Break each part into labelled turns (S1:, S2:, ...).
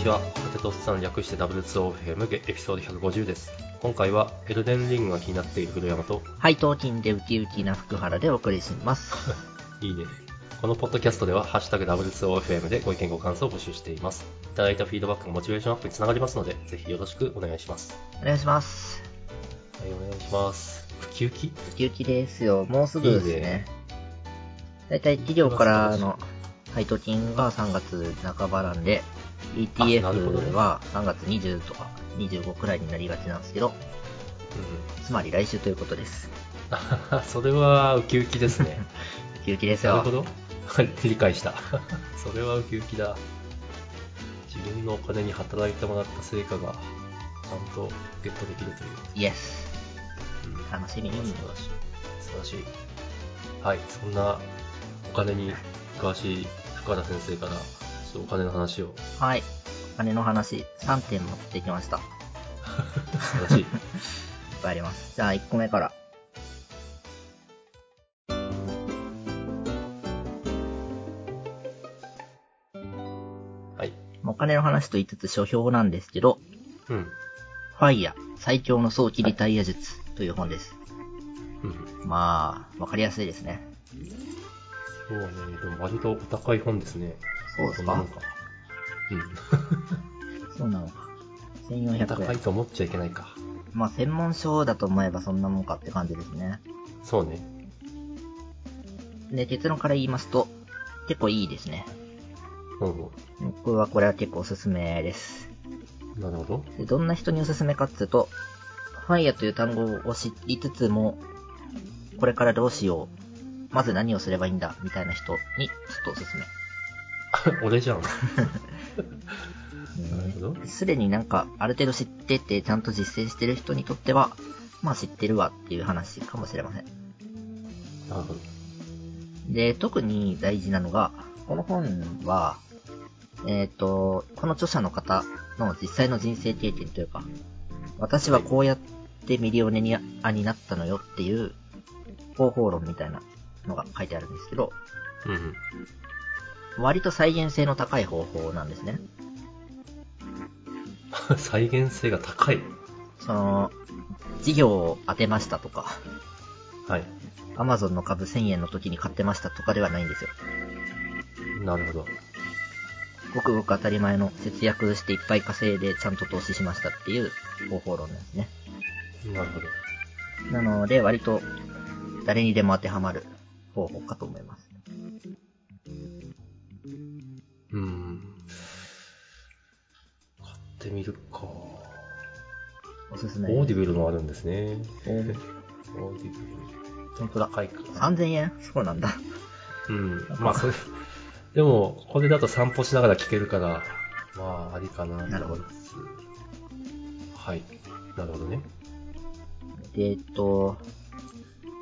S1: ちは。ポテトスさん略して W2OFM エピソード150です。今回はエルデンリングが気になっている古山と、
S2: はい、トーキンでウキウキな福原でお送りし ます。
S1: いいね。このポッドキャストでは、ハッシュタグ W2OFM でご意見ご感想を募集しています。いただいたフィードバックがモチベーションアップにつながりますので、ぜひよろしくお願いします。
S2: お願いします。
S1: はい、お願いします。ウキウキ
S2: ウキウキですよ。もうすぐです
S1: いい
S2: ね
S1: ね。
S2: だいたい企業からの配当金が3月半ばなんで、
S1: あなるほどね
S2: ETF は3月20とか25くらいになりがちなんですけど、つまり来週ということです。
S1: うん。 それはウキウキです ね。
S2: ウキウキです
S1: なる
S2: よ
S1: ほ。ど。 はい理解した。 それはウキウキだ。自分のお金に働いてもらった成果が、ちゃんとゲットできるという。
S2: イエス。
S1: うん
S2: 楽しみ
S1: 素晴らしい。素晴らしい。はい、そんなお金に詳しい深田先生から、ちょっとお金の話を、
S2: はい。お金の話、3点持ってきました。いっ
S1: 素晴らし い。
S2: ぱいあります。じゃあ1個目から。
S1: はい。
S2: お金の話と言いつつ書評なんですけど、
S1: うん。
S2: ファイヤ最強の早期リタイア術という本です。
S1: うん。
S2: まあ、わかりやすいですね。
S1: そうね、でも割とお高い本ですね。
S2: そうです
S1: んなも
S2: か
S1: ん。か。うん。
S2: そうなのか。
S1: 高
S2: 1400
S1: い
S2: 円。
S1: と思っちゃいけないか。
S2: まあ、専門書だと思えばそんなもんかって感じですね。
S1: そうね。
S2: で、結論から言いますと、結構いいですね。
S1: うんう
S2: 僕はこれは結構おすすめです。
S1: ん。なるほど。
S2: でどんな人におすすめかっつうと、ファイヤという単語を知りつつも、これからどうしよう、まず何をすればいいんだ、みたいな人に、ちょっとおすすめ。
S1: 俺じゃん。なるほど。
S2: すでになんか、ある程度知ってて、ちゃんと実践してる人にとっては、まあ知ってるわっていう話かもしれません。
S1: なるほど。
S2: で、特に大事なのが、この本は、えっ、と、この著者の方の実際の人生経験というか、私はこうやってミリオネニアになったのよっていう方法論みたいなのが書いてあるんですけど、
S1: うんうん。
S2: 割と再現性の高い方法なんですね。
S1: 再現性が高い。
S2: その、事業を当てましたとか、
S1: はい。
S2: アマゾンの株1000円の時に買ってましたとかではないんですよ。
S1: なるほど。
S2: ごくごく当たり前の節約していっぱい稼いでちゃんと投資しましたっていう方法論なんですね。
S1: なるほど。
S2: なので割と誰にでも当てはまる方法かと思います。
S1: うーん。買ってみるか。
S2: おすすめ。
S1: オーディブルもあるんですね。
S2: お
S1: オーディブ
S2: 本当
S1: ル。
S2: だ。
S1: 高いか。
S2: 3000円 そうなんだ。
S1: うん。まあ、それ、でも、これだと散歩しながら聞けるから、まあ、ありかな
S2: なる
S1: と
S2: ほ
S1: 思い
S2: ど
S1: ます。はい。なるほどね。
S2: で、えっと、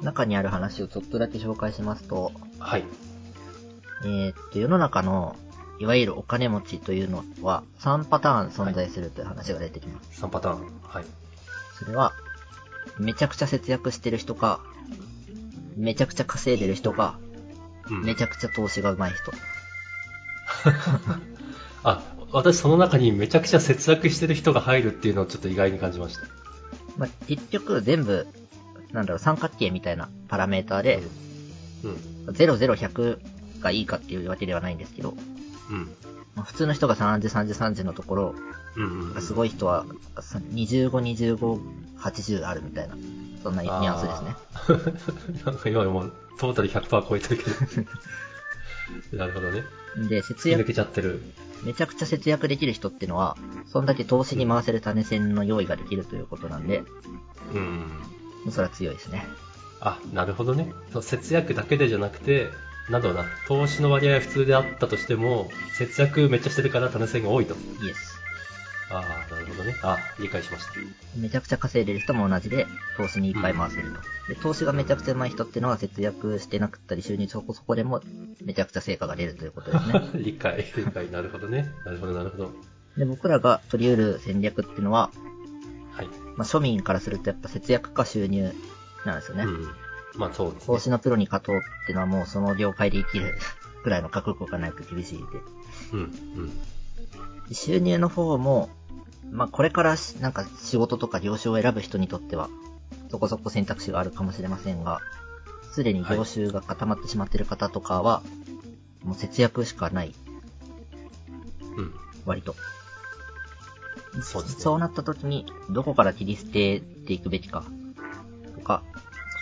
S2: 中にある話をちょっとだけ紹介しますと、
S1: はい。
S2: えーっと、世の中のいわゆるお金持ちというのは3パターン存在するという話が出てきます。
S1: 3パターン。はい。
S2: それは、めちゃくちゃ節約してる人か、めちゃくちゃ稼いでる人か、
S1: うん。
S2: めちゃくちゃ投資が上手い人。
S1: あ、私その中にめちゃくちゃ節約してる人が入るっていうのをちょっと意外に感じました。
S2: まあ、結局全部、なんだろう、三角形みたいなパラメーターで、
S1: うん。
S2: 0、0、100がいいかっていうわけではないんですけど、
S1: うん。
S2: まあ、普通の人が30、30、30のところ、
S1: うん。うん。うん。
S2: すごい人はさ25、25、80あるみたいな、そんなニュアンスですね。
S1: ね。 なんか今もうトータル100%超えてる けど。なるほどね。
S2: で、節
S1: 突き抜
S2: 約、
S1: けちゃってる。
S2: めちゃくちゃ節約できる人ってのは、そんだけ投資に回せる種銭の用意ができるということなんで、
S1: うん。
S2: それは強いですね。
S1: あ、なるほどね。そう節約だけでじゃなくて、なんだろうな、投資の割合は普通であったとしても、節約めっちゃしてるから種銭が多いと。
S2: イエス。
S1: ああ、なるほどね。あ、理解しました。
S2: めちゃくちゃ稼いでる人も同じで、投資にいっぱい回せると。で、投資がめちゃくちゃ上手い人ってのは節約してなくったり、収入そこそこでも、めちゃくちゃ成果が出るということですね。
S1: 理解、理解。なるほどね。なるほど、なるほど。
S2: で、僕らが取り得る戦略ってのは、
S1: はい。
S2: まあ、庶民からするとやっぱ節約か収入なんですよね。
S1: うん。まあそうですね
S2: 投。資のプロに勝とうってのはもうその業界で生きるくらいの覚悟がないと厳しいで。
S1: うん。うん。
S2: 収入の方も、まあ、これからしなんか仕事とか業種を選ぶ人にとっては、そこそこ選択肢があるかもしれませんが、すでに業種が固まってしまっている方とかは、もう節約しかない、
S1: うん。
S2: 割と。
S1: そうですね
S2: そうなった時に、どこから切り捨てていくべきか、とか、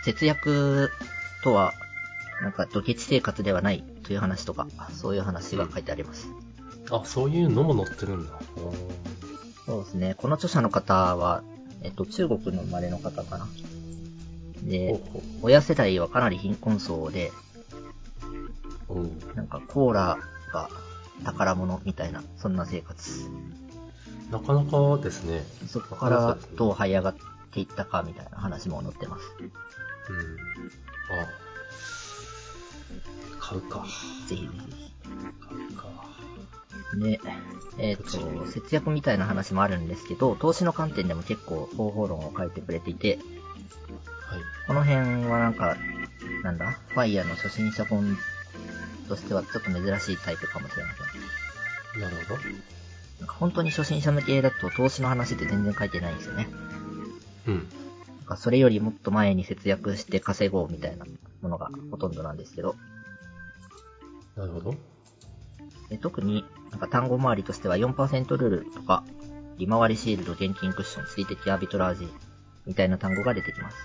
S2: 節約とは、なんか、土ケチ生活ではないという話とか、そういう話が書いてあります。
S1: あ、そういうのも載ってるんだ。おー
S2: そうですね。この著者の方は、えっと、中国の生まれの方かな。
S1: ほう
S2: で、
S1: ほ
S2: 親世代はかなり貧困層で、
S1: う。うん。
S2: なんかコーラが宝物みたいな、そんな生活。
S1: なかなかですね。
S2: そこからどう這い上がっていったかみたいな話も載ってます。
S1: うん。あ、買うか。
S2: ぜひぜ
S1: 買うか。
S2: ひ。で、えっ、と、節約みたいな話もあるんですけど、投資の観点でも結構方法論を書いてくれていて、
S1: はい。
S2: この辺はなんか、なんだ、ファイヤーの初心者本としてはちょっと珍しいタイプかもしれません。
S1: なるほど。
S2: なんか本当に初心者向けだと投資の話って全然書いてないんですよね。
S1: うん。
S2: なんかそれよりもっと前に節約して稼ごうみたいなものがほとんどなんですけど、
S1: なるほど。
S2: で特になんか単語周りとしては4%ルールとか、利回りシールド、現金クッション、水滴アービトラージみたいな単語が出てきます。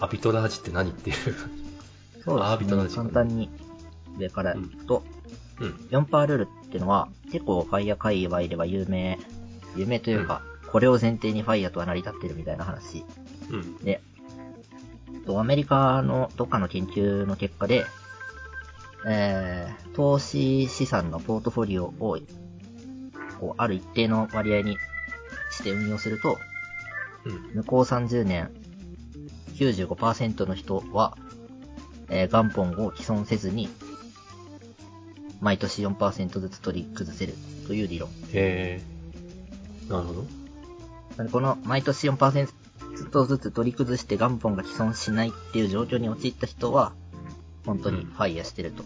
S1: アビトラージって何っていう。
S2: そう
S1: アービトラー
S2: で
S1: ジ
S2: すね。簡単に上から
S1: う
S2: 言
S1: ん
S2: くと、
S1: うん。
S2: 4%ルールってのは結構ファイヤー界隈では有名、有名というか、これを前提にファイヤーとは成り立ってるみたいな話。
S1: うん。
S2: で、とアメリカのどっかの研究の結果で、えー、投資資産のポートフォリオを、こう、ある一定の割合にして運用すると、
S1: うん。
S2: 向こう30年、95%の人は、えー元本を既存せずに、毎年4%ずつ取り崩せるという理論。
S1: へえ。なるほど。
S2: なんでこの毎年4%ずつ取り崩して元本が既存しないっていう状況に陥った人は、本当にファイヤーしてると。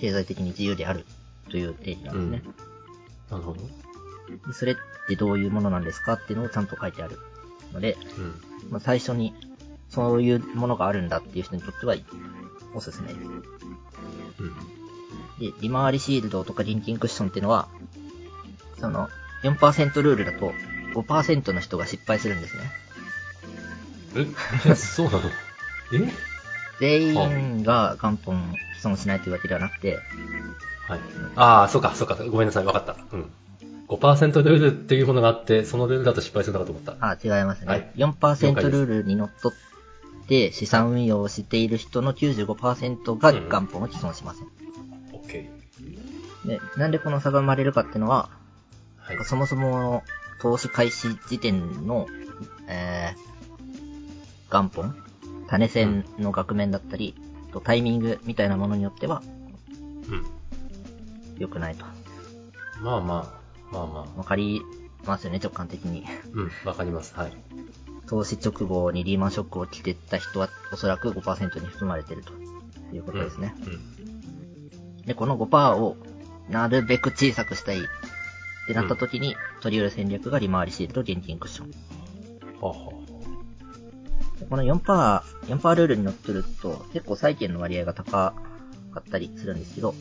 S2: 経済的に自由であるという定義な
S1: うんん。
S2: で
S1: な
S2: すね。
S1: るほど。
S2: それってどういうものなんですかっていうのをちゃんと書いてあるので、
S1: うん。
S2: まあ、最初にそういうものがあるんだっていう人にとってはおすすめです。
S1: うん。
S2: で、利回りシールドとか現金クッションっていうのは、その4%ルールだと5%の人が失敗するんですね。
S1: えそうなのえ
S2: 全員が元本既存しないというわけではなくて、
S1: はい。ああ、そうか、そうか。ごめんなさい。わかった。うん。5%ルールっていうものがあって、そのルールだと失敗するのかと思った。
S2: あ、違いますね。
S1: はい了解
S2: 4%
S1: です
S2: ルールにのっとって資産運用をしている人の95%が元本を既存しません。
S1: OK。
S2: で、なんでこの差が生まれるかっていうのは、
S1: はい。
S2: そもそも投資開始時点の、えー、元本種銭の額面だったり、とタイミングみたいなものによっては
S1: うん。
S2: 良くないと。
S1: まあまあ、まあまあ。
S2: わかりますよね、直感的に。
S1: うん、わかります。はい。
S2: 投資直後にリーマンショックを着てった人はおそらく5%に含まれてるということですね。
S1: うん。
S2: で、この5%をなるべく小さくしたいってなった時に、取り得る戦略が利回りシールド、現金クッション。
S1: うん。はあ、は
S2: でこの4%、4%ルールにのっとると結構債券の割合が高かったりするんですけど、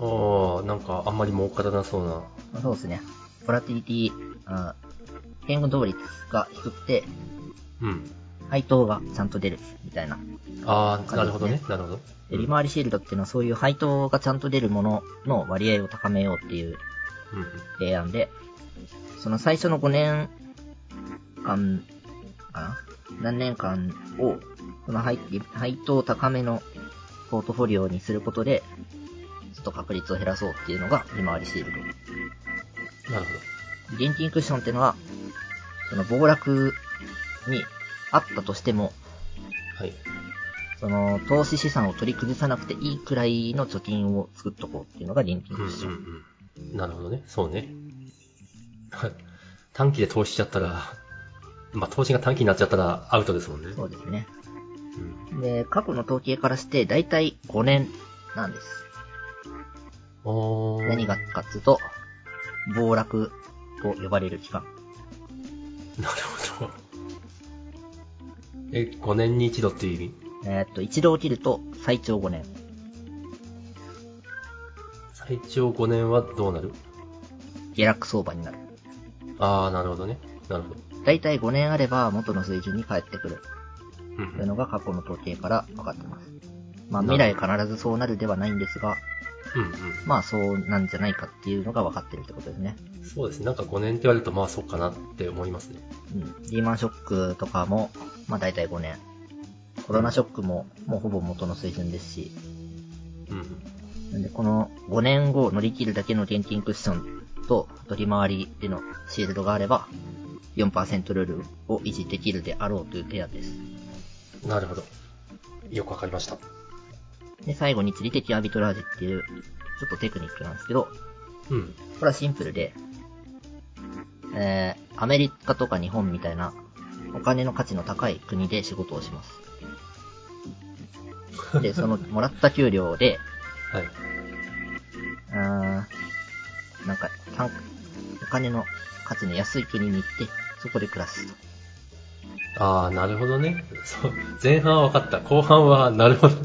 S1: あ。ああ、なんかあんまり儲からなそうな。
S2: まあそうですね。ボラティリティ、あ変動率が低くて、
S1: うん。
S2: 配当がちゃんと出るみたいな
S1: ああ、な
S2: 感
S1: るほ
S2: じです
S1: ど
S2: ね
S1: ね。なるほど。
S2: で利回りシールドっていうのはそういう配当がちゃんと出るものの割合を高めようっていう
S1: うん。
S2: 提案で、その最初の5年間、かな何年間を、その配配当高めのポートフォリオにすることで、ちょっと確率を減らそうっていうのが利回りシールド。
S1: うん。なるほど。
S2: 現金クッションっていうのは、その暴落にあったとしても、
S1: はい。
S2: その投資資産を取り崩さなくていいくらいの貯金を作っとこうっていうのが現金
S1: う
S2: ク
S1: ん
S2: ッション。
S1: うんうん。なるほどね。そうね。短期で投資しちゃったら、 まあ投資が短期になっちゃったらアウトですもんね。
S2: そうですね。
S1: うん。
S2: で、過去の統計からして、だいたい5年なんです。
S1: ああ。
S2: 何がかっつうと、暴落と呼ばれる期間。
S1: なるほど。え、5年に一度っていう意味
S2: えーっと、一度起きると最長5年。
S1: 最長5年はどうなる
S2: 下落相場になる。
S1: ああ、なるほどね。なるほど。
S2: だいたい5年あれば元の水準に帰ってくる。
S1: うん
S2: と
S1: う。
S2: いうんのが過去の統計から分かってます。まあ
S1: な
S2: 未
S1: る
S2: 来必ずそうなるではないんですが、
S1: うん
S2: まあそうなんじゃないかっていうのが分かってるってことですね。
S1: うん。そうですね。なんか5年って言われると、まあそうかなって思いますね。
S2: うん。リーマンショックとかも、まあ大体5年。コロナショックも、もうほぼ元の水準ですし、
S1: うんうん。
S2: なんでこの5年後を乗り切るだけの現金クッションと取り回りでのシールドがあれば、4%ルールを維持できるであろうという手当です。
S1: なるほど。よくわかりました。
S2: で、最後に地理的アビトラージっていう、ちょっとテクニックなんですけど、
S1: うん。
S2: これはシンプルで、えー、アメリカとか日本みたいな、お金の価値の高い国で仕事をします。で、その、もらった給料で、
S1: はい。
S2: うーん、なんか、単お金の価値の安い国に行って、そこで暮らすと。
S1: ああ、なるほどね。そう。前半はわかった。後半は、なるほど。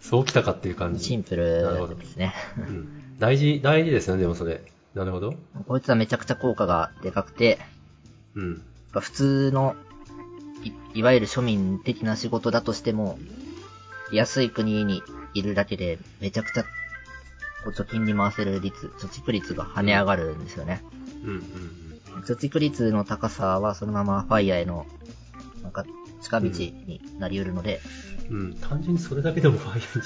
S1: そうきたかっていう感
S2: シ
S1: じ。
S2: ンプ
S1: なるほど
S2: ルですね。
S1: うん。大事、大事ですよね、でもそれ。なるほど。
S2: こいつはめちゃくちゃ効果がでかくて、
S1: うん。
S2: やっぱ普通のい、いわゆる庶民的な仕事だとしても、安い国にいるだけで、めちゃくちゃ、こう貯金に回せる率、貯蓄率が跳ね上がるんですよね。
S1: うんうんうん。
S2: 貯蓄率の高さはそのままファイヤーへの、なんか、近道になり得るので、
S1: うん、単純にそれだけでもファイヤー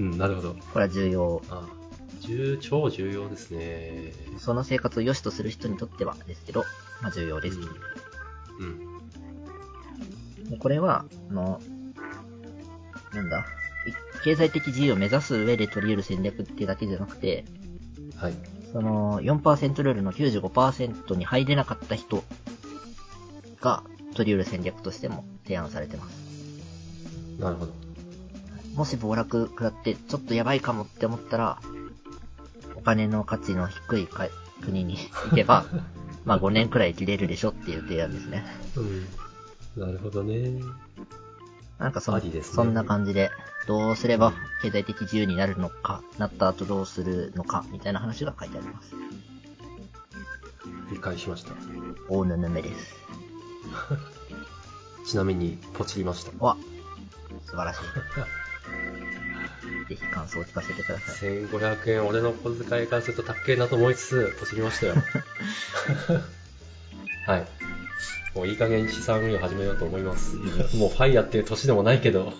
S1: に。うん、なるほど。
S2: これは重要。
S1: あ、重超重要ですね。
S2: その生活を良しとする人にとってはですけど、まあ重要です。
S1: うん。うん。
S2: でこれは、あの、なんだ、い経済的自由を目指す上で取り得る戦略ってだけじゃなくて、
S1: はい。
S2: その4%ルールの95%に入れなかった人が取り得る戦略としても提案されてます。
S1: なるほど。
S2: もし暴落食らってちょっとやばいかもって思ったら、お金の価値の低いか国に行けば、まあ5年くらい生きれるでしょっていう提案ですね。
S1: うん。なるほどね。
S2: なんかそ,、
S1: ありですね
S2: そんな感じで、どうすれば経済的自由になるのか、なった後どうするのか、みたいな話が書いてあります。
S1: 理解しました。
S2: 大ぬぬめです。
S1: ちなみに、ポチりました。
S2: わ、素晴らし い。ぜひ感想を聞かせてください。
S1: 1500円、俺の小遣いからすると高えなと思いつつ、ポチりましたよ。 はい。もういい加減資産運用始めようと思います。もうファイヤーっていう年でもないけど。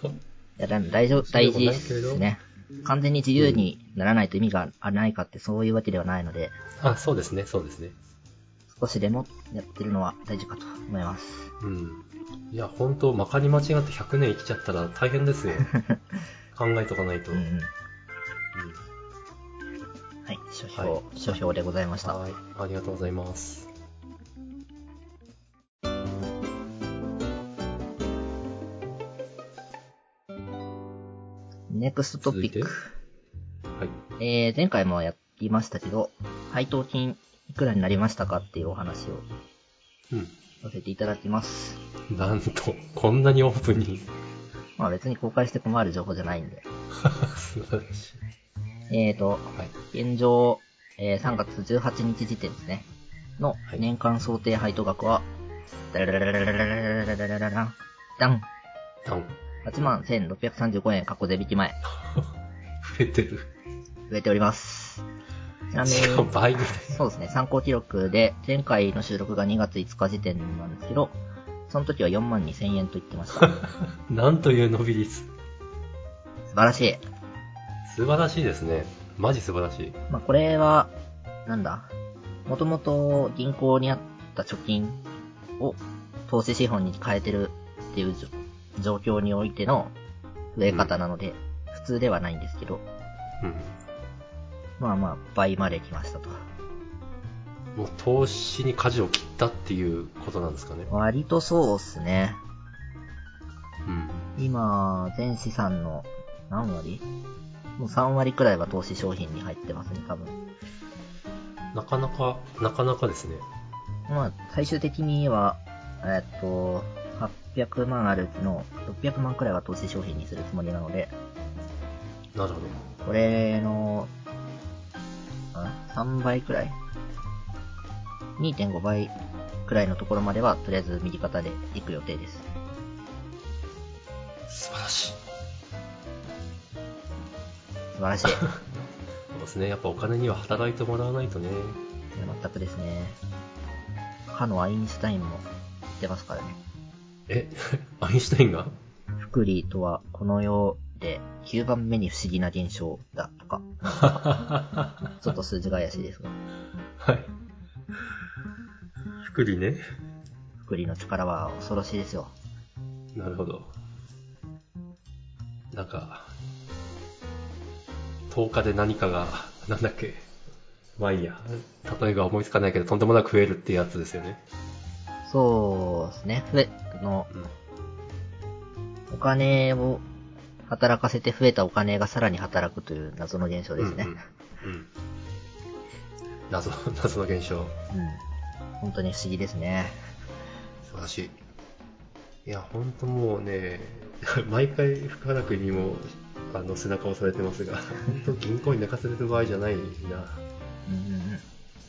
S2: いや、でも大丈夫、大事ですね。完全に自由にならないと意味がないかってそういうわけではないので、
S1: あ、そうですね、そうですね。
S2: 少しでもやってるのは大事かと思います。
S1: うん。いや、本当まかり間違って100年生きちゃったら大変 ですよ。考えとかないと。
S2: うん
S1: う
S2: うんん。はい、書評、
S1: はい
S2: 書評でございました。
S1: はい、ありがとうございます。
S2: ネクストトピック。
S1: はい。
S2: えー、前回もやりましたけど、配当金いくらになりましたかっていうお話を
S1: う
S2: させていただきます。
S1: ん。なんと、こんなにオープンに。
S2: まあ別に公開して困る情報じゃないんで。
S1: 素晴らしい。
S2: えーと、
S1: はい。
S2: 現状、えー3月18日時点ですね。の
S1: はい
S2: 年間想定配当額は、ダララララララララララララダン
S1: ダウン。
S2: 81,635円、過去税引き前、
S1: 触れてる。
S2: 増えております。ちなみ
S1: しかも
S2: に、
S1: 倍ぐらい。
S2: そうですね、参考記録で、前回の収録が2月5日時点なんですけど、その時は42,000円と言ってました。素
S1: なんという伸び率。
S2: 晴らしい。
S1: 素晴らしいですね。マジ素晴らしい。
S2: まあ、これは、なんだ、もともと銀行にあった貯金を投資資本に変えてるっていうじょ状況においての増え方なので、普通ではないんですけど、
S1: うん。
S2: まあまあ、倍まで来ましたと。
S1: もう投資に舵を切ったっていうことなんですかね。
S2: 割とそうっすね。
S1: うん。
S2: 今、全資産の何割もう3割くらいは投資商品に入ってますね、多分。
S1: なかなか、なかなかですね。
S2: まあ、最終的には、えっと、800万あるうちの600万くらいは投資商品にするつもりなので、
S1: なるほ
S2: これの、あ3倍くらい ?2.5 倍くらいのところまでは、とりあえず右肩で行く予定です。
S1: ど。素晴らしい。
S2: 素晴らしい。
S1: そうですね。やっぱお金には働いてもらわないとね。
S2: 全くですね。かのアインシュタインも言ってますからね。
S1: え、 アインシュタインが
S2: 福利とはこの世で9番目に不思議な現象だ とか。ちょっと数字が怪しいですが。
S1: はい。福利ね。
S2: 福利の力は恐ろしいですよ。
S1: なるほど。なんか、10日で何かが、 なんだっけ。まあいいや。例えが思いつかないけど、とんでもなく増えるってやつですよね。
S2: そうですね。増え、あの、お金を働かせて増えたお金がさらに働くという謎の現象ですね。
S1: うんうん。うん。謎、 謎の現象。
S2: うん。本当に不思議ですね。
S1: 素晴らしい。いや、ほんともうね、 毎回福原君にも、あの、背中を押されてますが、 本当銀行に泣かされる場合じゃないな、
S2: うんうんうん。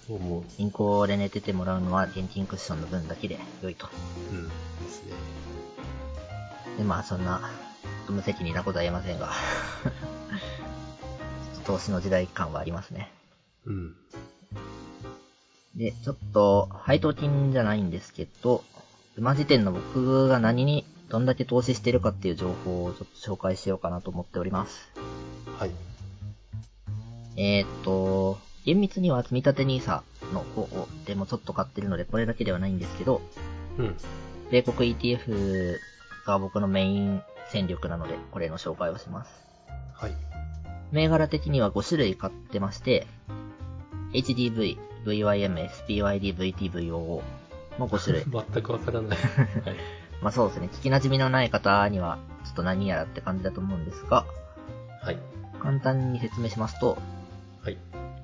S1: と思う。
S2: 銀行で寝ててもらうのは現金クッションの分だけで良いと。
S1: うん。ですね。
S2: で、まあそんな、無責任なことは言えませんが、 投資の時代感はありますね。
S1: うん。
S2: で、ちょっと、配当金じゃないんですけど、今時点の僕が何に、どんだけ投資してるかっていう情報をちょっと紹介しようかなと思っております。
S1: はい。
S2: えーっと、厳密には積立 NISA の方でもちょっと買ってるので、これだけではないんですけど、
S1: うん。
S2: 米国 ETF が僕のメイン戦力なので、これの紹介をします。
S1: はい。
S2: 銘柄的には5種類買ってまして、HDV、VYM、SPYD、VT、VOO の5種類。
S1: 全くわからない。 はい。
S2: まあそうですね、聞き馴染みのない方には、ちょっと何やらって感じだと思うんですが、
S1: はい。
S2: 簡単に説明しますと、
S1: はい。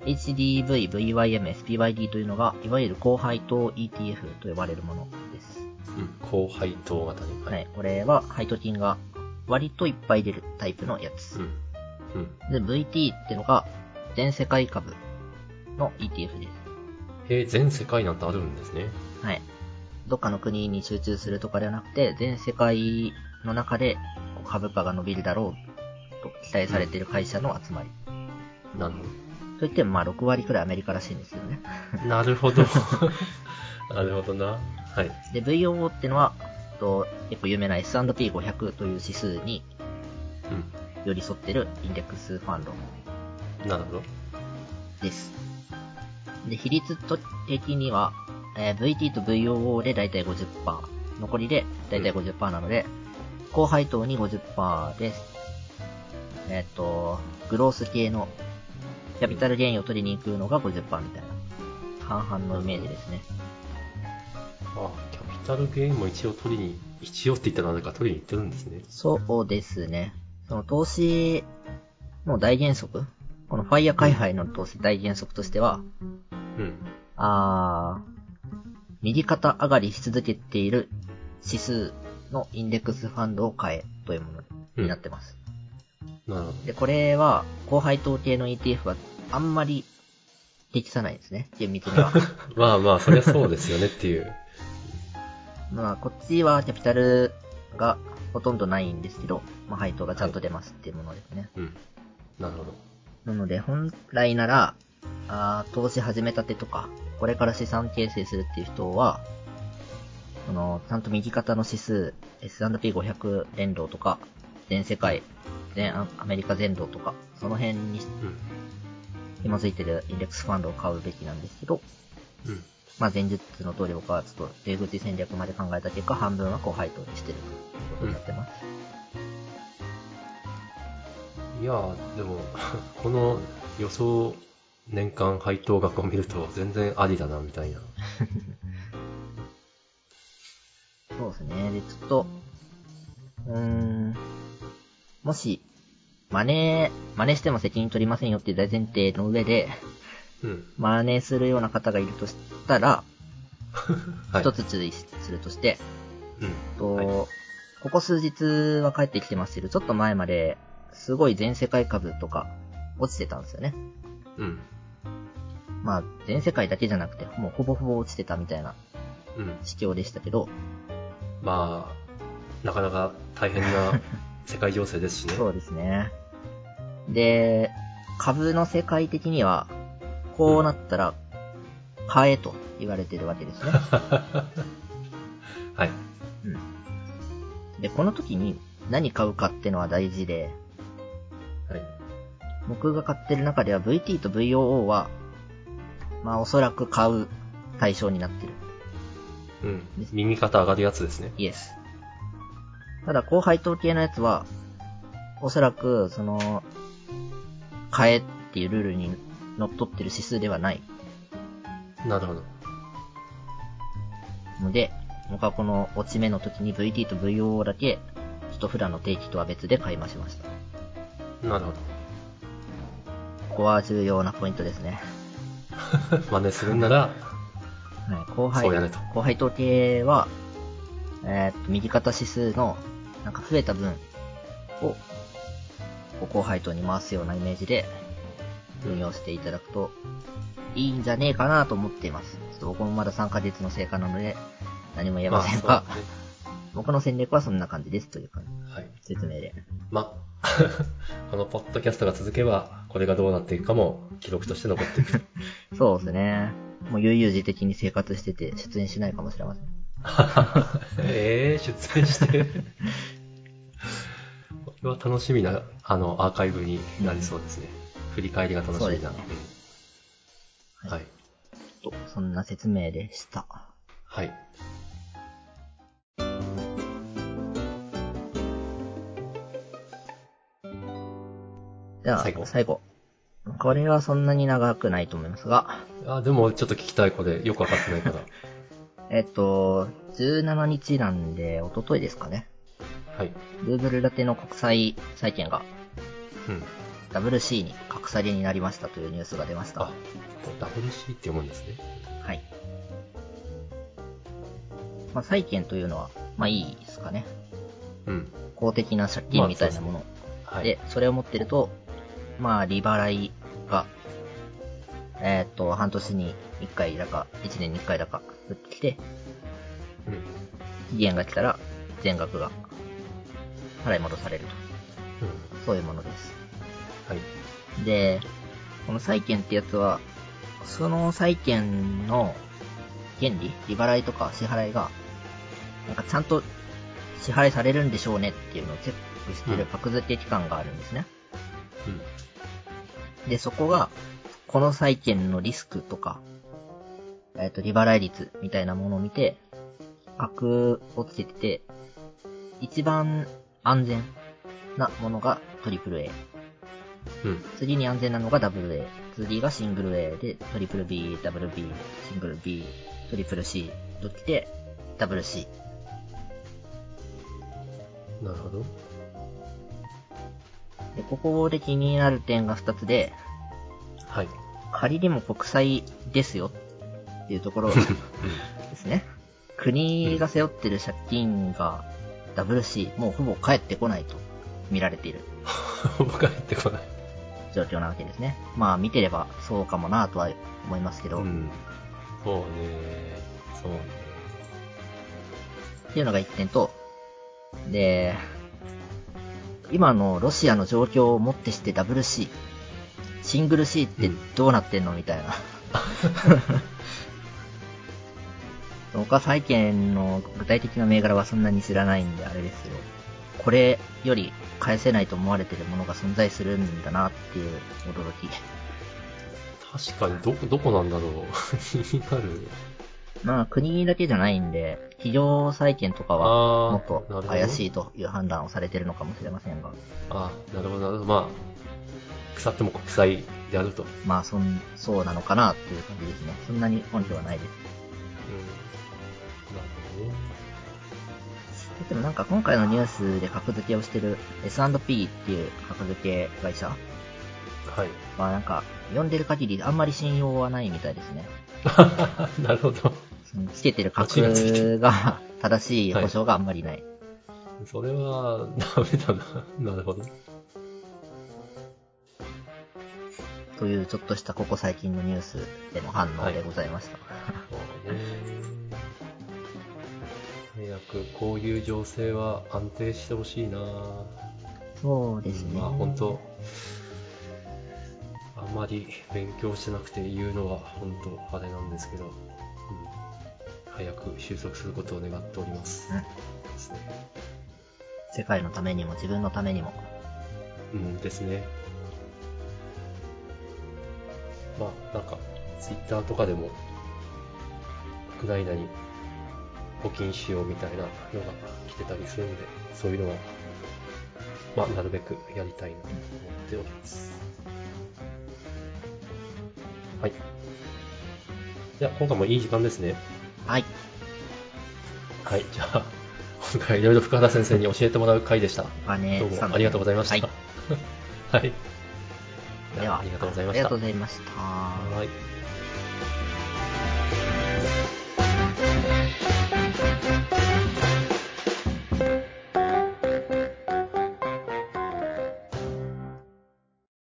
S2: HDV、VYM、SPYD というのが、いわゆる高配当 ETF と呼ばれるものです。
S1: うん。高配当型に。
S2: はい、。これは配当金が割といっぱい出るタイプのやつ
S1: う。ん。うん。
S2: で、VT ってのが、全世界株の ETF です。
S1: へえ、全世界なんてあるんですね。
S2: はい。どっかの国に集中するとかではなくて、全世界の中でこう株価が伸びるだろうと期待されている会社の集まり。
S1: なる
S2: といっても、まあ6割くらいアメリカらしいんですよね。
S1: ほ ど。なるほど。なるほどな。はい。
S2: で、VOO ってのは、えっと結構有名な S&P500 という指数に寄り添ってるインデックスファンド
S1: うん。なるほど。
S2: です。で、比率と的には、えー VT と VOO でだいたい50%、残りでだいたい50%なので、高配当に50%です。えっ、と、グロース系のキャピタルゲインを取りに行くのが50%みたいな、半々のイメージですね。
S1: あ、キャピタルゲインも一応取りに、一応って言ったらなんか取りに行ってるんですね。
S2: そうですね。その投資の大原則このファイヤー開廃の投資大原則としては、
S1: うん。
S2: あー、右肩上がりし続けている指数のインデックスファンドを買えというものになってます。
S1: なるほ
S2: で、これは、高配当系の ETF はあんまり適さないですね。厳密には。
S1: ど。まあまあ、そりゃそうですよねっていう。
S2: まあ、こっちはキャピタルがほとんどないんですけど、まあ、配当がちゃんと出ますっていうものですね。
S1: うん。なるほど。
S2: なので、本来なら、あー投資始めたてとか、これから資産形成するっていう人は、この、ちゃんと右肩の指数、S&P500 連動とか、全世界、全アアメリカ全土とか、その辺に紐づいてるインデックスファンドを買うべきなんですけど、
S1: うん。うん。
S2: まあ前述の通り僕はちょっと出口戦略まで考えた結果、半分は高配当にしてるということになってます。
S1: いやーでも、 この予想年間配当額を見ると全然ありだな、みたいな。
S2: そうですね。で、ちょっと、うーん、もし、真似、真似しても責任取りませんよっていう大前提の上で、
S1: うん。
S2: 真似するような方がいるとしたら、
S1: はい。
S2: 一つ注意するとして、
S1: うん。
S2: と、
S1: はい
S2: ここ数日は帰ってきてますけど、ちょっと前まで、すごい全世界株とか、落ちてたんですよね。
S1: うん。
S2: まあ、全世界だけじゃなくて、もうほぼほぼ落ちてたみたいな
S1: うん。
S2: 市況でしたけど、
S1: まあ、なかなか大変 な世界情勢ですしね。
S2: そうですね。で、株の世界的には、こうなったら、買えと言われてるわ けですね。
S1: はい。
S2: うん。で、この時に何買うかってのは大事で、
S1: はい。
S2: 僕が買ってる中では VT と VOO は、まあおそらく買う対象になってる。
S1: うん。右肩上がるやつですね。
S2: イエス。ただ、高配当系のやつは、おそらく、その、買えっていうルールにのっとってる指数ではない
S1: なるほど。
S2: ので、僕はこの落ち目の時に VT と VOO だけ、ちょっと普段の定期とは別で買い増しました。
S1: なるほ
S2: ここは重要なポイントですね。
S1: ど。 真似するんなら、
S2: はい、後輩
S1: そうやれと。
S2: 後輩統計は、えーっと、右肩指数の、なんか増えた分を、後輩等に回すようなイメージで運用していただくと、いいんじゃねえかなと思っています。ちょっと僕もまだ3ヶ月の成果なので、何も言えませんが、
S1: あそうです
S2: 僕の戦略はそんな感じですという感
S1: ねはい。
S2: じ、説明で。
S1: まあ、 このポッドキャストが続けば、これがどうなっていくかも記録として残っていく。
S2: そうですね。もう悠々自適に生活してて、出演しないかもしれません。
S1: ええ出演して。これは楽しみな、あの、アーカイブになりそうですね。振り返りが楽しみな。
S2: そうで
S1: うんはい。
S2: と、そんな説明でした。
S1: はい。
S2: じゃあ、
S1: 最後
S2: 最後。これはそんなに長くないと思いますが、
S1: あ、でもちょっと聞きたい子で、よくわかってない から。
S2: えっと、17日なんで、一昨日ですかね。
S1: はい。
S2: ルーブル建ての国際債券が
S1: うん。
S2: WC に格下げになりましたというニュースが出ました
S1: あ。、WC って読むんですね。
S2: はい。まあ、債券というのは、まあいいですかね。
S1: うん。
S2: 公的な借金みたいなもの。
S1: はい。
S2: で、それを持ってると、まあ、利払いが、えーっと、半年に1回だか、1年に1回だか、降ってきて、
S1: うん。
S2: 期限が来たら、全額が、払い戻されると。
S1: うん。
S2: そういうものです。
S1: はい。
S2: で、この債券ってやつは、その債券の原理利払いとか支払いが、なんかちゃんと支払いされるんでしょうねっていうのをチェックして
S1: う
S2: る
S1: ん
S2: 格付け機関があるんですね。
S1: うん。
S2: で、そこが、この債券のリスクとか、えっ、と、利払い率みたいなものを見て、格をつけてて、一番安全なものが AAA。
S1: うん。
S2: 次に安全なのが AA。次がシングル A で、トリプル B、ダブル B、シングル B、トリプル C と来て、ダブル C。
S1: なるほど。
S2: で、ここで気になる点が2つで、
S1: はい。
S2: 仮にも国債ですよっていうところですね。国が背負ってる借金が WC、もうほぼ返ってこないと見られている
S1: 僕は入ってこない。
S2: 状況なわけですね。まあ見てればそうかもなとは思いますけど、
S1: う
S2: っ
S1: ん。そうね。そうね。
S2: ていうのが一点と、で、今のロシアの状況をもってして WC、シングル C ってどうなってんのみた いな。僕は債券の具体的な銘柄はそんなに知らないんであれですけど、これより返せないと思われてるものが存在するんだなっていう驚き。
S1: 確かに、どこ、どこなんだろう。 気になる。
S2: まあ国だけじゃないんで、企業債券とかは
S1: ああ、
S2: もっと怪し
S1: い。
S2: いという判断をされてるのかもしれませんが、
S1: あなるほど、なるほど。まあ、腐っても国債であると。うん。
S2: まあそん、そうなのかなという感じですね。そんなに根拠はないです。
S1: なるほどね。
S2: でもなんか今回のニュースで格付けをしてる S&P っていう格付け会社
S1: はい。
S2: はなんか読んでる限りあんまり信用はないみたいですね。
S1: なるほど。
S2: そのつけてる
S1: あ血がついて
S2: 格が 正しい保証があんまりない。
S1: それは、ダメだな。なるほど。
S2: というちょっとしたここ最近のニュースへの反応でございました。
S1: そうね。早くこういう情勢は安定してほしいな。
S2: そうですね。
S1: まあ本当、あんまり勉強してなくて言うのは本当あれなんですけど、うん、早く収束することを願っております。
S2: うん
S1: ですね。
S2: 世界のためにも自分のためにも。
S1: うんですね。まあ、なんか、ツイッターとかでも、ウクライナに募金しようみたいなのが来てたりするので、そういうのは、まあ、なるべくやりたいなと思っております。はい。じゃあ、今回もいい時間ですね。
S2: はい。
S1: はい、じゃあ、今回いろいろ深田先生に教えてもらう回でした。
S2: お金
S1: どうもありがとうございました。
S2: は
S1: はい。
S2: い。では、
S1: ありがとうございまし
S2: あり
S1: た。
S2: がとう
S1: は
S2: ございました。
S1: い。